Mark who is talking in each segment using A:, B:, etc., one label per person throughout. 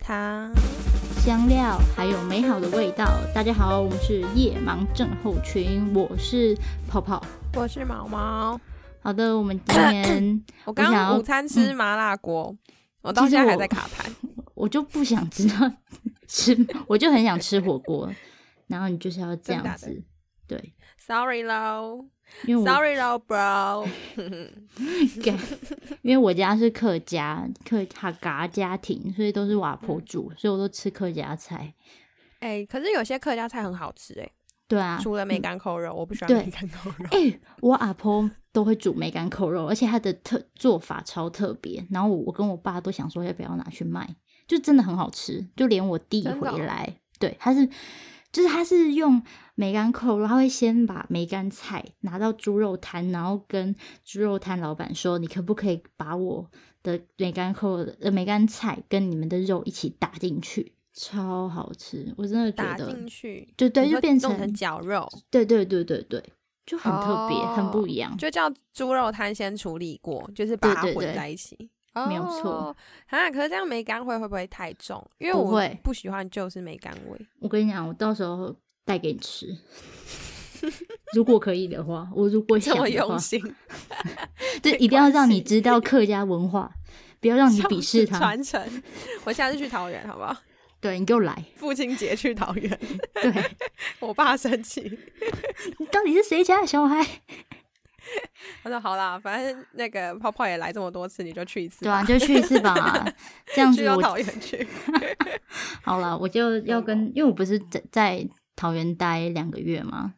A: 糖。
B: 香料，还有美好的味道。大家好，我们是夜盲症候群，我是泡泡。
A: 我是毛毛，
B: 好的，我们今天
A: 我
B: 想
A: 刚
B: 要嗯
A: 刚午餐吃麻辣锅，我到
B: 其实
A: 现在还
B: 我
A: 在卡痰。
B: 我就不想知道 吃，我就很想吃火锅，然后你就是要这
A: 真
B: 样
A: 假的
B: 子，对，
A: Sorry 喽
B: 因为我
A: ，Sorry 喽，bro。
B: 干 因为我家是客家客哈嘎家庭，所以都是瓦婆煮，所以我都吃客家菜。
A: 哎、可是有些客家菜很好吃哎、
B: 对啊，
A: 除了梅干扣肉，我不喜欢
B: 对
A: 梅干扣肉。
B: 哎、我阿婆都会煮梅干扣肉，而且她的特做法超特别。然后我我跟我爸都想说要不要拿去卖，就真的很好吃。就连我弟
A: 真的哦
B: 回来，对，他是就是他是用梅干扣肉，他会先把梅干菜拿到猪肉摊，然后跟猪肉摊老板说，你可不可以把我的梅干扣肉呃梅干菜跟你们的肉一起打进去，超好吃，我真的觉
A: 打
B: 得
A: 进。去，
B: 就对，
A: 你
B: 就
A: 说
B: 变
A: 弄成绞肉，
B: 对对对对对，就很特别，很不
A: 哦
B: 一样。
A: 就叫猪肉摊先处理过，就是把它
B: 嗯对对
A: 混
B: 对
A: 在一起。
B: 没有错
A: 哦啊！可是这样梅干味会不会太重？因为
B: 不
A: 我
B: 会
A: 不喜欢就是梅干味。
B: 我跟你讲，我到时候带给你吃。 如果可以的话，我如果
A: 这
B: 想
A: 么
B: 的话
A: 用，心，
B: 对，
A: 没
B: 一定要
A: 关
B: 让你
A: 系
B: 知 道客家文化，不要让你
A: 笑
B: 鄙
A: 死
B: 视它。
A: 传承。 我下次去桃园好不好？
B: 对你给我 来，
A: 父亲节去桃园，
B: 对
A: 我爸生气，
B: 你到底是谁家的小孩？
A: 他说好啦，反正那个泡泡也来这么多次，你就去一次
B: 对啊，
A: 吧，
B: 就去一次 吧。这样
A: 去
B: 子
A: 到
B: 我
A: 桃园 去。
B: 好了，我就要跟，因为我不是在在桃园待两个月嘛，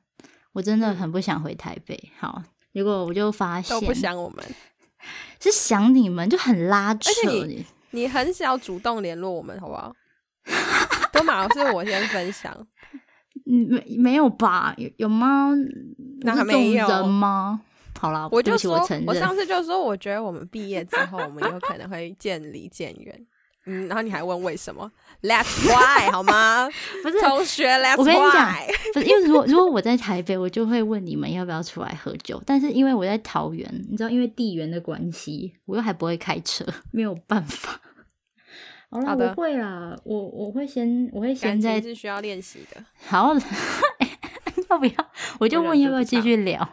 B: 我真的很不想回台北。好，结果我就发现
A: 都不想我们，
B: 是想你们，就很拉扯
A: 且你。你很少主动联络我们，好不 好？都马是我先分享，
B: 嗯，没没有吧？有有吗？
A: 哪
B: 我是
A: 没有
B: 这种人吗？好啦，
A: 我就
B: 对不起，
A: 说，
B: 我
A: 我
B: 承
A: 上
B: 认。
A: 次就说，我觉得我们毕业之后，我们有可能会渐离渐 远。嗯，然后你还问为什么？That's why 好吗，
B: 不是
A: 同学？That's
B: 我跟你讲
A: why。
B: 不是，因为如果如果我在台北，我就会问你们要不要出来喝酒。但是因为我在桃园，你知道，因为地缘的关系，我又还不会开车，没有办法。好啦，
A: 好的
B: 我会啦，我我会先我会
A: 感
B: 先在
A: 情是需要练习的。
B: 好， 要不要？我就
A: 我
B: 问
A: 忍住
B: 要不要
A: 不
B: 继
A: 讲
B: 续聊。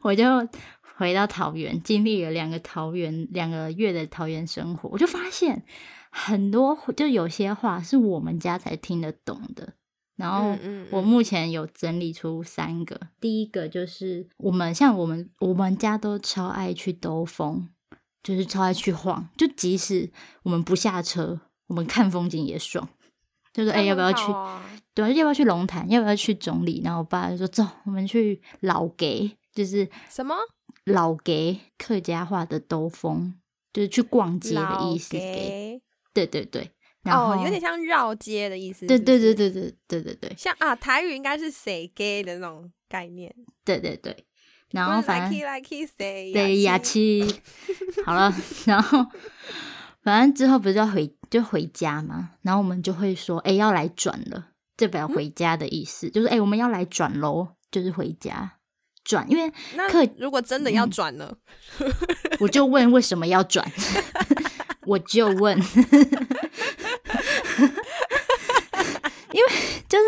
B: 我就回到桃园，经历了两个桃园两个月的桃园生活，我就发现很多就有些话是我们家才听得懂的。然后
A: 嗯嗯
B: 我
A: 嗯
B: 目前有整理出三个，第一个就是我们像我们我们家都超爱去兜风，就是超爱去晃，就即使我们不下车，我们看风景也爽。就是哎、要不要去？对啊，要不要去龙潭？要不要去总理？然后我爸就说：“走，我们去老给，就是
A: 什么？
B: 老给客家话的兜风，就是去逛街的
A: 老
B: 意思。给
A: 给
B: 对对对，然后、
A: 哦，有点像绕街的意思。
B: 对
A: 是不是
B: 对对，对对对对对
A: 像啊，台语应该是谁给的那种概念。
B: 对对对，然后反正
A: like like 谁
B: 对雅 琪，好了，然后反正之后不是要回就回家嘛，然后我们就会说：哎、要来转了，这表回家的意
A: 嗯
B: 思，就是哎、我们要来转喽，就是回家转，因为。”
A: 那
B: 客嗯
A: 如果真的要转呢？
B: 我就问为什么 要转，我就问，因为就是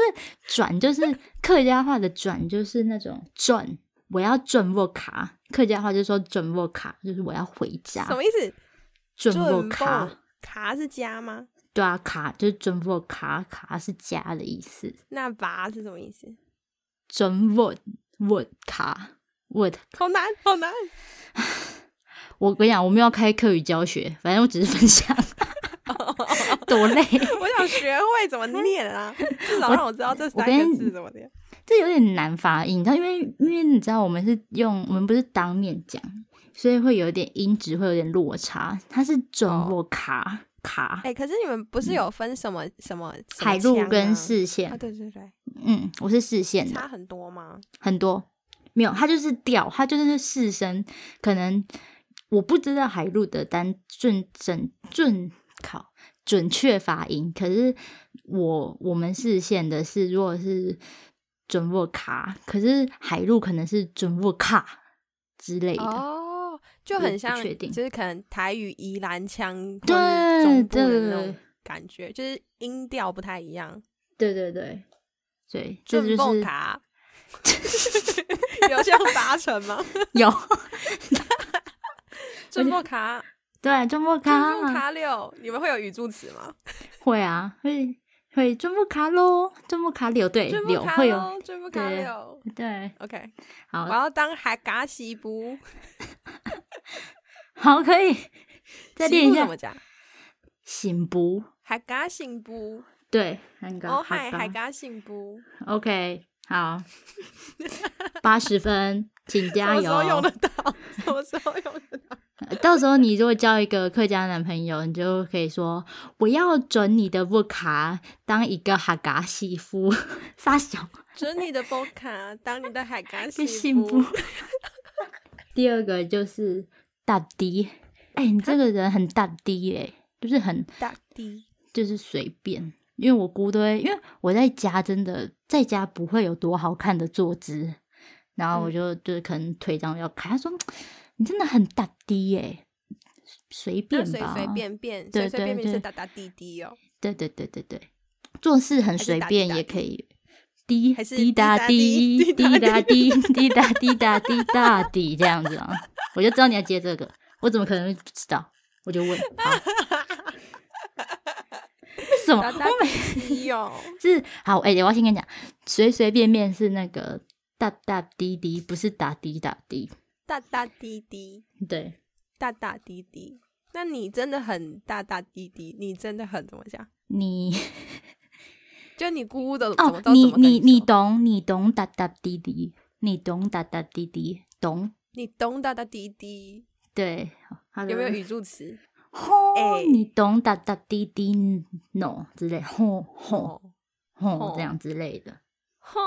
B: 转就是客家话的转就是那种转，我要转沃卡，客家话就说转沃卡，就是我要回家
A: 什，么意思？
B: 转沃
A: 准
B: 卡，
A: 卡是家吗？
B: 对啊，卡就是转沃卡，卡是家的意思，
A: 那拔是什么意思？
B: 转沃沃卡沃
A: 好难，好难。
B: 我跟你讲，我们要开课语教学，反正我只是分享， 多累。
A: 我想学会怎么念啊，至少让我知道这
B: 我
A: 三
B: 跟
A: 个
B: 你
A: 字怎么念。
B: 这有点难发音，你知道，因为因为你知道我们是用我们不是当面讲，所以会有点音质会有点落差。它是准我卡、卡
A: 哦哎，可是你们不是有分什么什么什么
B: 嗯海陆
A: 腔
B: 跟
A: 啊
B: 视
A: 啊？
B: 线，
A: 对对对，
B: 嗯，我是视线的
A: 差很多吗？
B: 很多没有，它就是调，它就是四声，可能我不知道海陆的单准准准考准确发音，可是我我们视线的是如果是准沃卡，可是海陆可能是准沃卡之类的。
A: 哦，就
B: 我
A: 很
B: 不
A: 像，
B: 确定
A: 就是可能台语宜兰腔，或是
B: 对
A: 中部的那
B: 对
A: 种感觉，就是音调不太一样。
B: 对对对，对，这
A: 顺
B: 就
A: 凤
B: 是
A: 卡有像八成吗？
B: 有
A: 顺凤卡，
B: 对中波
A: 顺凤
B: 卡
A: 卡六，你们会有语助词吗？
B: 会啊，会会中波卡喽，中波卡柳对
A: 顺
B: 柳
A: 凤卡
B: 会有
A: 六，顺凤卡
B: 对
A: 六。
B: 对，
A: OK，
B: 好
A: 我要当海嘎西布，
B: 好可以 再
A: 西
B: 练一
A: 部怎
B: 下
A: 么讲？
B: 醒不
A: 海嘎信布，
B: 对，很高
A: 哦嗨，海
B: 高
A: 嘎信布，
B: OK，好，八十分，请
A: 什
B: 加
A: 么时候用
B: 油
A: 得。到？ 什么时候用得到？
B: 到时候你如果交一个客家男朋友，你就可以说我要准你的不卡当一个哈嘎媳妇，撒小
A: 准你的波卡，当你的海 嘎
B: 个幸
A: 布
B: 福。。第二个就是大滴，哎、你这个人很大滴哎、就是很
A: 大地
B: 就是随便。因为我姑都会，因为我在家真的在家不会有多好看的坐姿，然后我
A: 嗯
B: 就、就是可能腿长要开，她说你真的很打低耶、随
A: 那
B: 便
A: 随
B: 吧，
A: 随便便，
B: 对
A: 随随便
B: 对
A: 便是
B: 对
A: 打打滴滴哦，
B: 对对对对对，做事很
A: 是
B: 随
A: 打滴
B: 便
A: 打
B: 也
A: 滴
B: 可以，滴
A: 还是
B: 滴
A: 滴
B: 答
A: 答滴
B: 滴
A: 滴答
B: 滴答滴滴答滴答滴答滴这样子啊，我就知道你要接这个，我怎么可能会不知道？我就问，好 为什么？
A: 打打滴滴哦，
B: 是好，哎、我要先跟你讲，随随便便是那个大大滴滴，不是打滴打滴。
A: 大大滴滴，
B: 对，
A: 大大滴滴。那你真的很大大滴滴，你真的很怎么讲？
B: 你
A: 就你姑姑的怎么
B: 哦，
A: 都怎
B: 你
A: 么跟
B: 你你
A: 说
B: 懂，你懂打打滴滴，你懂打打滴滴，懂
A: 你懂大大滴滴，
B: 对。好的
A: 有没有语助词？
B: 吼、
A: 哎
B: 你懂打打滴滴，no 之类，吼吼
A: 哦，
B: 吼
A: 吼
B: 这样之类的。
A: 吼，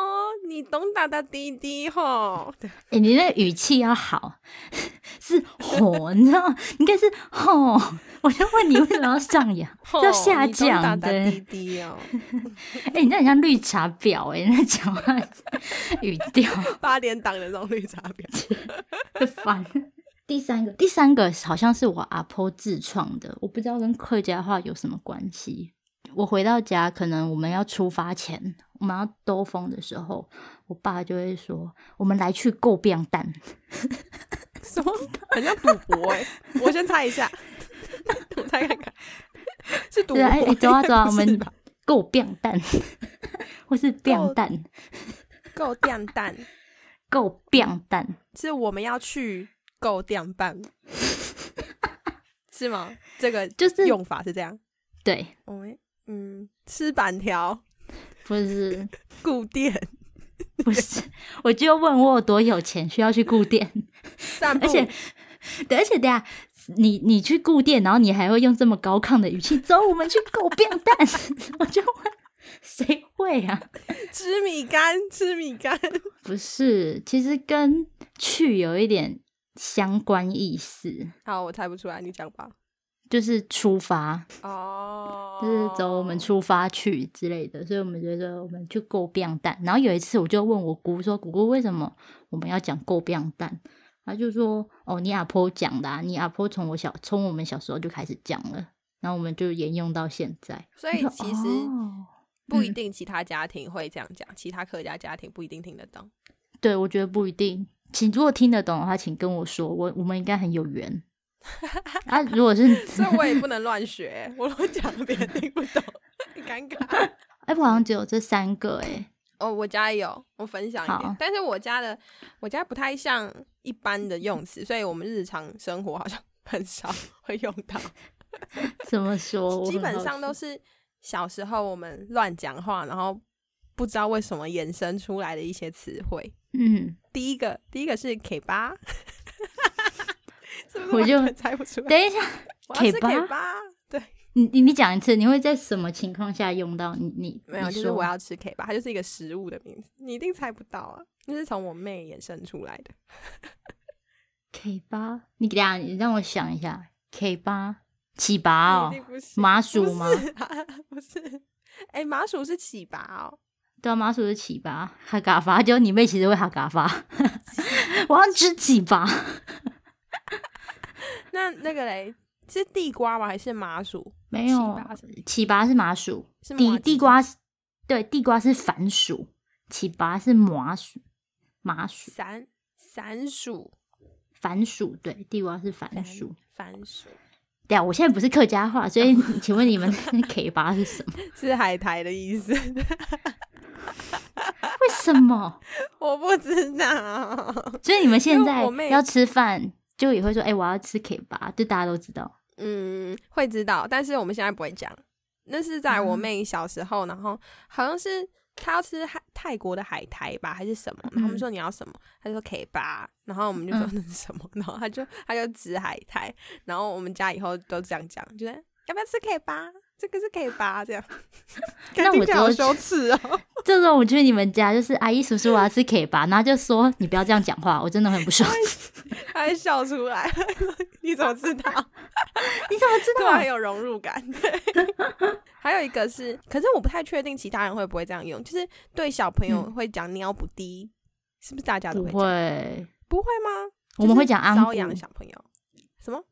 A: 你懂大大滴滴吼，
B: 哎、你那语气要好， 是 吼，你知道吗，应该是吼。我就问你为什么要上扬？
A: 吼
B: 要下
A: 你懂
B: 降
A: 大大
B: 对
A: 滴滴哦，
B: 哎、你那很像绿茶婊哎、欸，那讲话语调
A: 八点档的那种绿茶婊。
B: 会烦。第三个，第三个好像是我阿婆自创的，我不知道跟客家话有什么关系。我回到家，可能我们要出发前，我们要兜风的时候，我爸就会说：“我们来去够变蛋。
A: 什么？很像赌博 哎、我先猜一 下，我猜看看，是”赌
B: 对
A: 博、
B: 啊，哎、哎走啊 走啊，
A: 不
B: 我
A: 是
B: 们
A: 吧
B: 够变蛋，或是变蛋，
A: 够电蛋，
B: 够变蛋，
A: 是我们要去够电 办，是吗？这个
B: 就是
A: 用法是这样。
B: 对，
A: 我们嗯，吃板条
B: 不是
A: 固店
B: 不是， 我就问我有多有钱，需要去顾店。
A: 散步，
B: 而且，对，而且等下你你去顾店，然后你还会用这么高亢的语气，走，我们去狗便蛋， 我就问谁会啊？
A: 吃米干，吃米干，
B: 不是，其实跟去有一点相关意思，
A: 好，我猜不出来，你讲吧。
B: 就是出发，
A: 哦，
B: 就是走，我们出发去之类的，所以我们觉得我们去够便蛋。然后有一次我就问我姑说：“姑姑，为什么我们要讲够便蛋？”她就说：“哦，你阿婆讲的、啊，你阿婆从我小从我们小时候就开始讲了，然后我们就沿用到现在。”
A: 所以
B: 我说
A: 其实
B: 哦
A: 不一定其他家庭会这样讲，其他客家家庭不一定听得懂。
B: 对我觉得不一定。请如果听得懂的话，请跟我说，我我们应该很有 缘。啊，如果是
A: 所以我也不能乱学，欸我乱讲别人听不懂，很尴尬。
B: 哎，我好像只有这三个哎、
A: 哦，我家也有，我分享一
B: 好
A: 点，但是我家的我家不太像一般的用词，所以我们日常生活好像很少会用到，
B: 怎么说？ 我
A: 基
B: 很
A: 本
B: 好
A: 上
B: 奇
A: 都是小时候我们乱讲话，然后不知道为什么衍生出来的一些词汇。
B: 嗯，
A: 第一个，第一个是 K 八， 是不是
B: 我就
A: 完全猜不出来？
B: 等一下。
A: 我要吃
B: K8
A: K 八，对，
B: 你你你讲一次，你会在什么情况下用到？你你
A: 没有，
B: 你
A: 就是
B: 说
A: 我要吃 K 吧，它就是一个食物的名字，你一定猜不到啊！那是从我妹衍生出来的。
B: K 八，你等一下你让我想一下，K 八起
A: 你
B: 拔哦
A: 一，定不是
B: 麻薯吗？
A: 不是啊，不是。哎、麻薯是起拔哦，
B: 对啊，麻薯是起拔，哈嘎发，就你妹其实会哈嘎发，我要吃起拔，
A: 那那个嘞是地瓜吗？还是麻薯？
B: 没
C: 七
B: 有
C: 八什么
B: 启拔是麻薯，
A: 是麻
B: 地
A: 吉
B: 地
A: 吗
B: 瓜是对地瓜是番薯，启拔是麻薯，麻薯
A: 散散薯，
B: 番薯对，地瓜是番薯。
A: 番薯
B: 对啊，我现在不是客家话，所以请问你们那 K 八是什么？
A: 是海苔的意思，
B: 为什么？
A: 我不知道。
B: 所以你们现
A: 因为
B: 在
A: 我妹
B: 要吃饭就也会说，哎、我要吃 K 八，就大家都知道。
A: 嗯，会知道，但是我们现在不会讲。那是在我
B: 嗯
A: 妹小时候，然后好像是她要吃海泰国的海苔吧，还是什么？然后我们
B: 嗯
A: 说你要什么，她就说 K 吧，然后我们就说那是什么，然后她就她就指海苔，然后我们家以后都这样讲，就是要不要吃 K 吧？这个是 K 吧， 这样。感觉
B: 那我
A: 听起来好
B: 之后
A: 羞耻哦。
B: 这时候我去你们家，就是阿姨叔叔我要吃 K 八，然后就说你不要这样讲话，我真的很不
A: 哎
B: 爽。
A: 她会笑出来， 你怎么知道？
B: 你怎 么知
A: 对，啊
B: 道
A: 很？有融入感。 对， 还有一个是，可是我不太确定其他人会不会这样用，就是对小朋友
B: 嗯
A: 会讲尿不滴，是不是大家都
B: 不
A: 会讲？
B: 会，
A: 不会吗？
B: 我们会讲
A: 啊就是
B: 安
A: 瘙痒
B: 谷，
A: 小朋友什么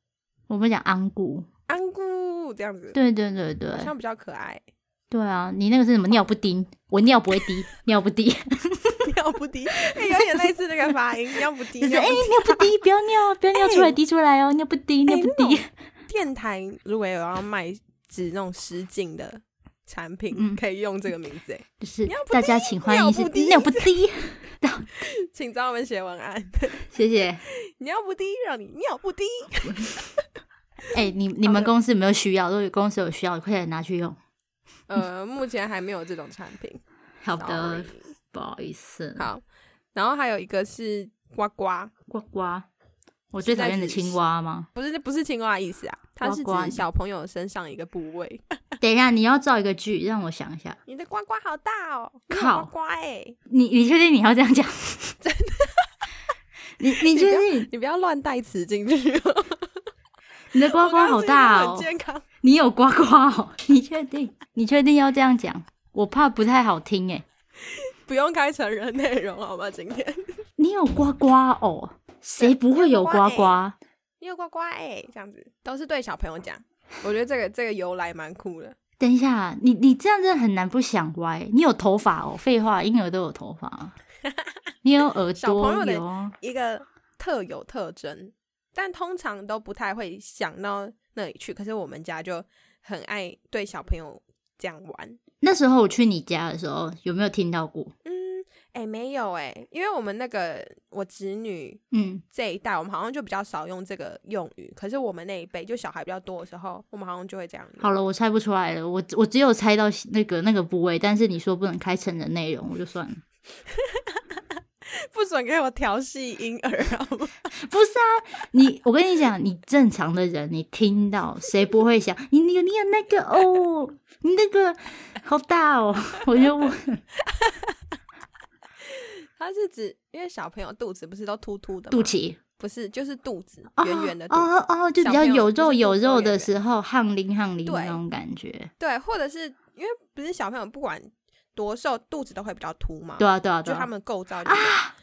B: 我们会讲安谷。
A: 安姑这样子，
B: 对对对对
A: 好，像比较可爱。
B: 对啊，你那个是什么尿不丁？我尿不会 滴，尿不滴，
A: 尿不滴，哎有点类似那个发 音，尿不滴。
B: 就是
A: 尿
B: 哎、
A: 不滴
B: 尿不滴，不要 尿，不要尿出
A: 哎
B: 来，滴出来哦，尿不滴，尿
A: 哎
B: 不
A: 那
B: 滴。
A: 电台如果有要卖指那种失禁的产品，
B: 嗯
A: 可以用这个名字， 哎，
B: 就是
A: 尿不
B: 大家请欢迎是
A: 尿不滴
B: 尿不滴，
A: 请找我们写文案。
B: 谢 谢。
A: 尿不滴，让你尿不滴。
B: 哎、你你
A: 好
B: 们
A: 的
B: 公司有没有需要？如果有公司有需要，快点拿去用。嗯
A: 呃，目前还没有这种产品。
B: 好的
A: Sorry
B: 不好意思。
A: 好，然后还有一个是呱呱，
B: 呱呱，我最讨厌的青蛙吗？
A: 不是不是青蛙的意思啊，它是
B: 呱呱
A: 指小朋友身上一个部位。
B: 等一下，你要造一个句，让我想一下。
A: 你的呱呱好大哦，你有
B: 靠
A: 呱呱哎、
B: 你你确定你要这样讲？真 的？你你确定
A: 你不要乱带词进去哦。
B: 你的 呱
A: 我
B: 呱
A: 刚刚
B: 好
A: 是一个
B: 大
A: 很
B: 哦？
A: 健康。
B: 你有呱呱哦？你确定？你确定要这样讲？我怕不太好听哎、
A: 不用开成人内容好吗？今天
B: 你有呱呱哦？谁不会有呱欸
A: 你有呱呱
B: 呱？
A: 你有呱呱哎、这样子都是对小朋友讲。我觉得这个这个由来蛮酷的。
B: 等一下，你你这样真的很难不想歪。你有头发哦，废话，婴儿都有头发 啊，你有耳
A: 小朋友
B: 朵
A: 的
B: 有啊，
A: 一个特有特征，但通常都不太会想到那里去。可是我们家就很爱对小朋友这样玩。
B: 那时候我去你家的时候，有没有听到过？
A: 嗯，哎、没有哎、因为我们那个我侄女
B: 嗯，
A: 这一代，我们好像就比较少用这个用语。可是我们那一辈，就小孩比较多的时候，我们好像就会这样用。
B: 好了，我猜不出来了，我我只有猜到那个那个部位，但是你说不能开成人内容，我就算了。
A: 不准给我调戏婴儿啊 好吗？
B: 不是啊，你我跟你讲，你正常的人，你听到谁不会想你你有你有那个哦，你那个好大哦，我就问，
A: 它是指因为小朋友肚子不是都凸凸的吗
B: 肚脐。
A: 不是就是肚子
B: 哦
A: 圆圆的肚子。
B: 哦哦哦，就比较有
A: 小
B: 肉
A: 朋
B: 有
A: 友就是肚子都
B: 肉
A: 圆
B: 的
A: 圆
B: 时候，汗淋汗淋
A: 对
B: 那种感觉。
A: 对，或者是因为不是小朋友不管多瘦，肚子都会比较凸嘛，
B: 对啊对啊
A: 就
B: 对
A: 他
B: 啊，
A: 们构造就是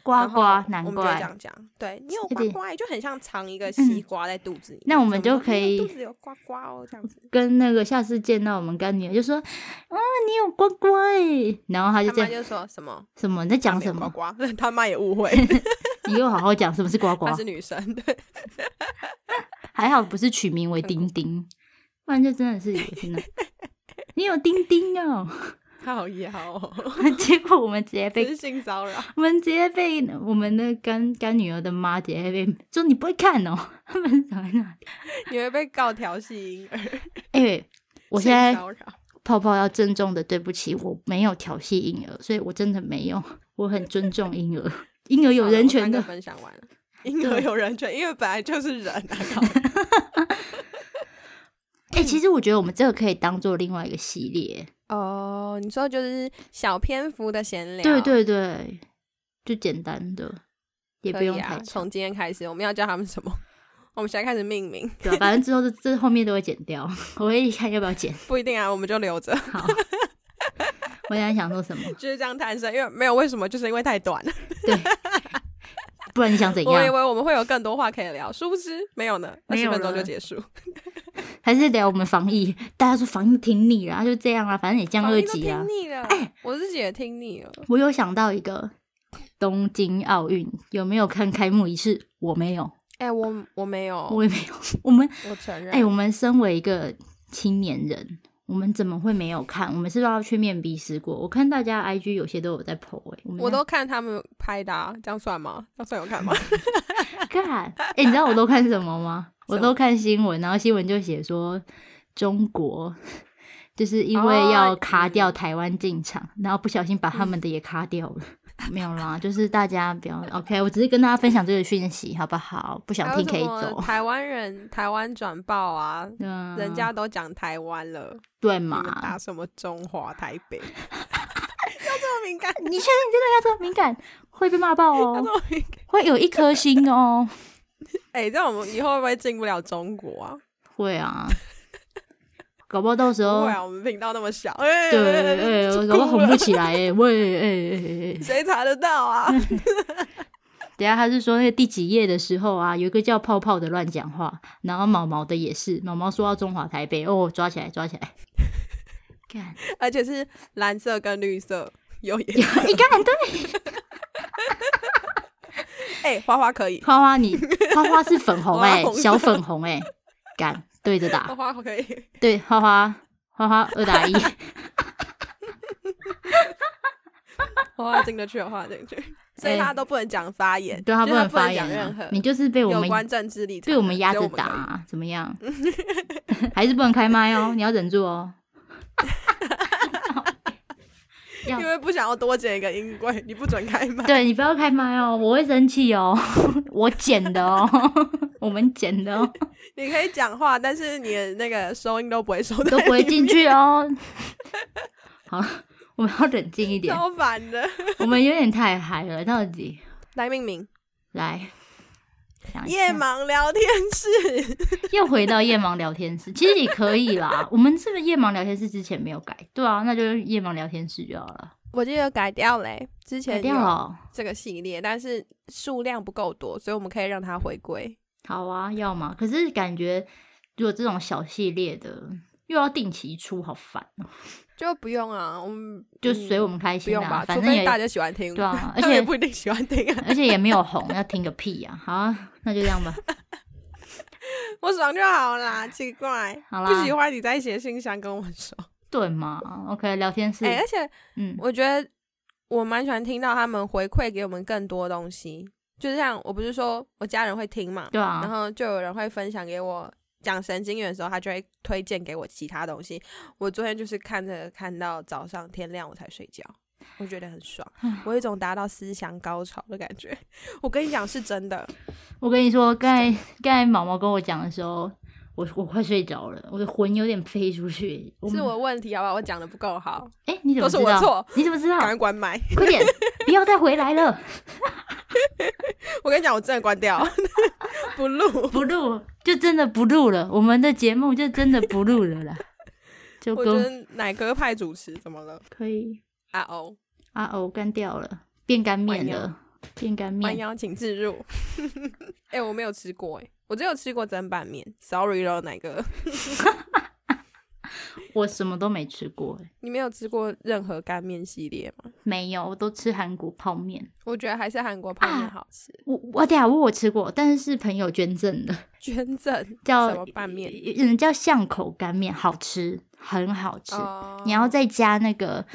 B: 呱
A: 然后
B: 呱，
A: 我
B: 难
A: 们就会这
B: 怪。
A: 样讲，对你有
B: 有
A: 呱
B: 点
A: 呱，就很像藏一个西瓜在肚子里面。
B: 那我们
A: 所以
B: 就可以
A: 哎肚子有呱呱哦，这样子。
B: 跟那个下次见到我们干女儿就说，啊，你有呱呱哎，然后他就
A: 他
B: 这
A: 妈就
B: 样
A: 说什么
B: 什么你在
A: 他
B: 讲
A: 没有
B: 什么？
A: 呱呱， 他妈也误会
B: 你给我好好讲什么是呱呱
A: 她是，女生，对，
B: 还好不是取名为
A: 很
B: 丁丁，不然就真的是以为是 那你有丁丁哦，
A: 她好野好哦，
B: 结果我们直接
A: 这
B: 被
A: 是性骚扰。
B: 我们直接被我们的干干女儿的妈直接被说你不会看哦，他们躺在那里。
A: 你会被告调戏婴儿，
B: 哎、我
A: 性
B: 现在
A: 骚扰。
B: 泡泡要郑重的对不起，我没有调戏婴儿，所以我真的没有，我很尊重婴儿，婴儿有
A: 好了
B: 人
A: 我三
B: 权
A: 个
B: 的。
A: 分享完了，婴儿有人权，因为本来就是人 啊。靠
B: 哎、其实我觉得我们这个可以当做另外一个系列，
A: 哦，你说就是小篇幅的闲聊，
B: 对对对，就简单的，也
A: 可
B: 不
A: 以
B: 用
A: 啊
B: 太。长，
A: 从今天开始，我们要叫他们什么？我们现在开始命名，
B: 对啊、反正之后这这后面都会剪掉， 我会看要不要剪。
A: 不一定啊，我们就留着，
B: 好， 我想想说什么，
A: 就是这样诞生。因为没有为什么，就是因为太短了。
B: 对，不然你想怎
A: 我以
B: 样？
A: 为我们会有更多话可以聊，殊不知没有呢，二
B: 没
A: 十
B: 有
A: 分钟就
B: 了
A: 结束。
B: 还是聊我们防疫？大家说防疫挺你啦，就这样啦，反正也降
A: 哦
B: 二
A: 防疫都
B: 级啊啦
A: 听。腻了，哎，我自己也听腻了。
B: 我有想到一个东京奥运，有没有看开幕仪式？我没有，
A: 哎，我我没有，
B: 我也没有。 我们
A: 我承认。
B: 哎、我们身为一个青年人，我们怎么会没有看？我们是不是要去面壁思过？我看大家 IG 有些都有在 PO 哎、我们
A: 我都看他们拍的、啊，这样算吗？这样算有 看吗？
B: 看哎、你知道我都看什么吗？我都看新闻，然后新闻就写说中国就是因为要
A: 哦
B: 卡
A: 嗯
B: 掉台湾进场，然后不小心把他们的也卡掉了。没有啦，就是大家不要 OK，我只是跟大家分享这个讯息，好不好？不想
A: 还有
B: 听
A: 什
B: 可以
A: 么
B: 走。
A: 台湾人台湾转报啊，
B: 嗯，
A: 人家都讲台湾了，
B: 对
A: 你
B: 嘛？
A: 们打什么中华台 北？要这么敏感？
B: 你确定你真的要这么敏感，会被骂爆
A: 要
B: 哦
A: 这，么敏感？
B: 会有一颗星哦。
A: 哎、这样我们以后会不会进不了中国啊？
B: 会啊，搞不好到时
A: 不
B: 候
A: 会啊，我们频道那么小，哎、
B: 哦对，
A: 哎哎
B: 哎、
A: 就
B: 搞不好
A: 哭
B: 红
A: 了
B: 不起来哎、喂哎哎哎 哎，
A: 谁查得到 啊？
B: 等一下他是说那个第几页的时候啊，有一个叫泡泡的乱讲话，然后毛毛的也是，毛毛说到中华台北哦，抓起来抓起来，干
A: 而且是蓝色跟绿色 有颜
B: 有
A: 色。
B: 你干对，
A: 哎、花花可以，
B: 花花你花花是粉红哎、
A: 花红色
B: 小粉红哎、干对着打
A: 花， 花可以。
B: 对花花花花二打一。
A: 花花进得去，花花进得 去，所以
B: 哎
A: 他都不能讲发言，
B: 对他
A: 就
B: 不
A: 是
B: 能
A: 他
B: 发言、
A: 讲任
B: 啊
A: 何，
B: 你就是被我
A: 有
B: 们
A: 关政治立场的，
B: 被我们压
A: 只有
B: 着
A: 们
B: 打、
A: 可以
B: 啊，怎么 样？还是不能开麦哦，你要忍住哦。要
A: 因为不想要多剪一个音轨，你不准开麦。
B: 对你不要开麦哦，我会生气哦， 我剪的哦， 我们剪 的哦，
A: 你可以讲话，但是你的那个收音都不会收到，
B: 都不会进去哦。好，我们要冷静一点，
A: 超烦的。
B: 我们有点太嗨了，到底
A: 来命名
B: 来。想一下
A: 夜盲聊天室，
B: 又回到夜盲聊天室， 其实也可以啦。我们是不是夜盲聊天室之前没有改？对啊，那就是夜盲聊天室就好了。
A: 我记得改掉嘞，之
B: 改
A: 前
B: 掉
A: 有
B: 了，
A: 这个系列，但是数量不够多，所以我们可以让它回归。
B: 好啊，要嘛。可是感觉如果这种小系列的又要定期出，好烦哦。
A: 就不用啊，我们
B: 就
A: 嗯
B: 随我们开
A: 不
B: 心
A: 用
B: 啦，
A: 吧，
B: 反
A: 除
B: 正
A: 非
B: 也
A: 大家喜欢听，
B: 对啊，而
A: 他们也
B: 且
A: 不一定喜欢听啊，
B: 而且也没有红，要听个屁呀、好啊，那就这样吧。
A: 我爽就好啦，奇怪。
B: 好啦
A: 不，喜欢你再写信箱跟我说。
B: 对嘛？OK，聊天室，
A: 哎、而且
B: 嗯，
A: 我觉得我蛮喜欢听到他们回馈给我们更多东西，就是像我不是说我家人会听嘛，
B: 对
A: 然
B: 啊，
A: 后就有人会分享给我讲神经元的时候，他就会推荐给我其他东西。我昨天就是看着看到早上天亮我才睡觉，我觉得很爽，我有一种达到思想高潮的感觉。我跟你讲是真的，
B: 我跟你说，刚才刚才毛毛跟我讲的时候，我我快睡着了，我的魂有点飞出去。
A: 是我问题好不好？我讲的不够好，
B: 哎、你怎
A: 都
B: 么知
A: 是
B: 道？
A: 我错
B: 你怎么知道
A: 赶？快关麦。
B: 快点，不要再回来了，
A: 我跟你讲，我真的关 掉，不录。
B: 不录就真的不录了，我们的节目就真的不录 了啦。就
A: 我觉得
B: 跟
A: 奶哥派主持怎么了？
B: 可以
A: 啊哦，
B: 啊哦，干掉了，变干面
A: 哎
B: 了，变干
A: 弯
B: 面。
A: 腰请自入。 哎、我没有吃过哎、我只有吃过砧板面。Sorry 咯，奶哥，
B: 我什么都没吃过、欸，
A: 你没有吃过任何干面系列吗？
B: 没有，我都吃韩国泡面。
A: 我觉得还是韩国泡面
B: 啊
A: 好吃。
B: 我我等一下我有吃过，但是是朋友捐赠的，
A: 捐赠
B: 叫
A: 什么拌面？
B: 嗯叫巷口干面，好吃，很好吃。
A: 哦
B: 你要再加那个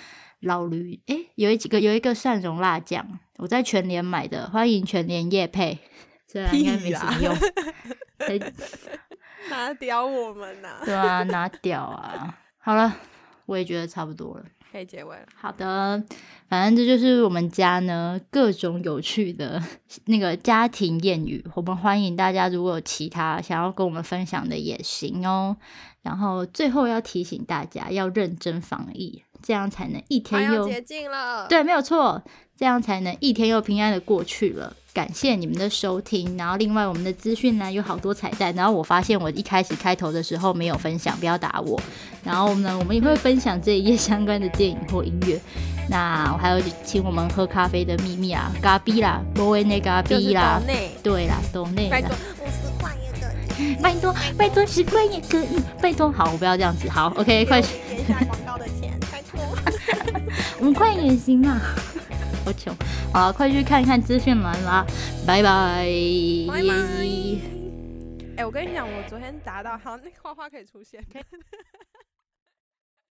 B: 老驴，诶、有一几个有一个蒜蓉辣酱，我在全联买的，欢迎全联夜配，虽然应该没什么用，哎
A: 拿掉我们呐、
B: 对啊，拿掉啊。好了，我也觉得差不多了。
A: 可以结尾了。
B: 好的，反正这就是我们家呢各种有趣的那个家庭谚语。我们欢迎大家，如果有其他想要跟我们分享的也行哦。然后最后要提醒大家要认真防疫，这样才能一
A: 快
B: 天
A: 要
B: 又
A: 解禁了，，
B: 对，没有错，这样才能一天又平安的过去了。感谢你们的收听，然后另外我们的资讯呢有好多彩蛋，然后我发现我一开始开头的时候没有分享，不要打我。然后呢，我们也会分享这一页相关的电影或音乐。那还有请我们喝咖啡的秘密啊，咖啡啦，波威那咖
A: 就是
B: 啡啦
A: 岛，内，
B: 对啦，懂内
A: 拜
B: 啦
A: 托，。五十块也可以。
B: 拜托拜托十块也可以， 拜托好，我不要这样子，好，OK，快
A: 点一下广告的钱，拜托。
B: 五块也行啊啦，好穷，好啦，快去看看资讯栏啦，拜拜。
A: 拜拜。哎、我跟你讲，我昨天达到，好，那个花花可以出现。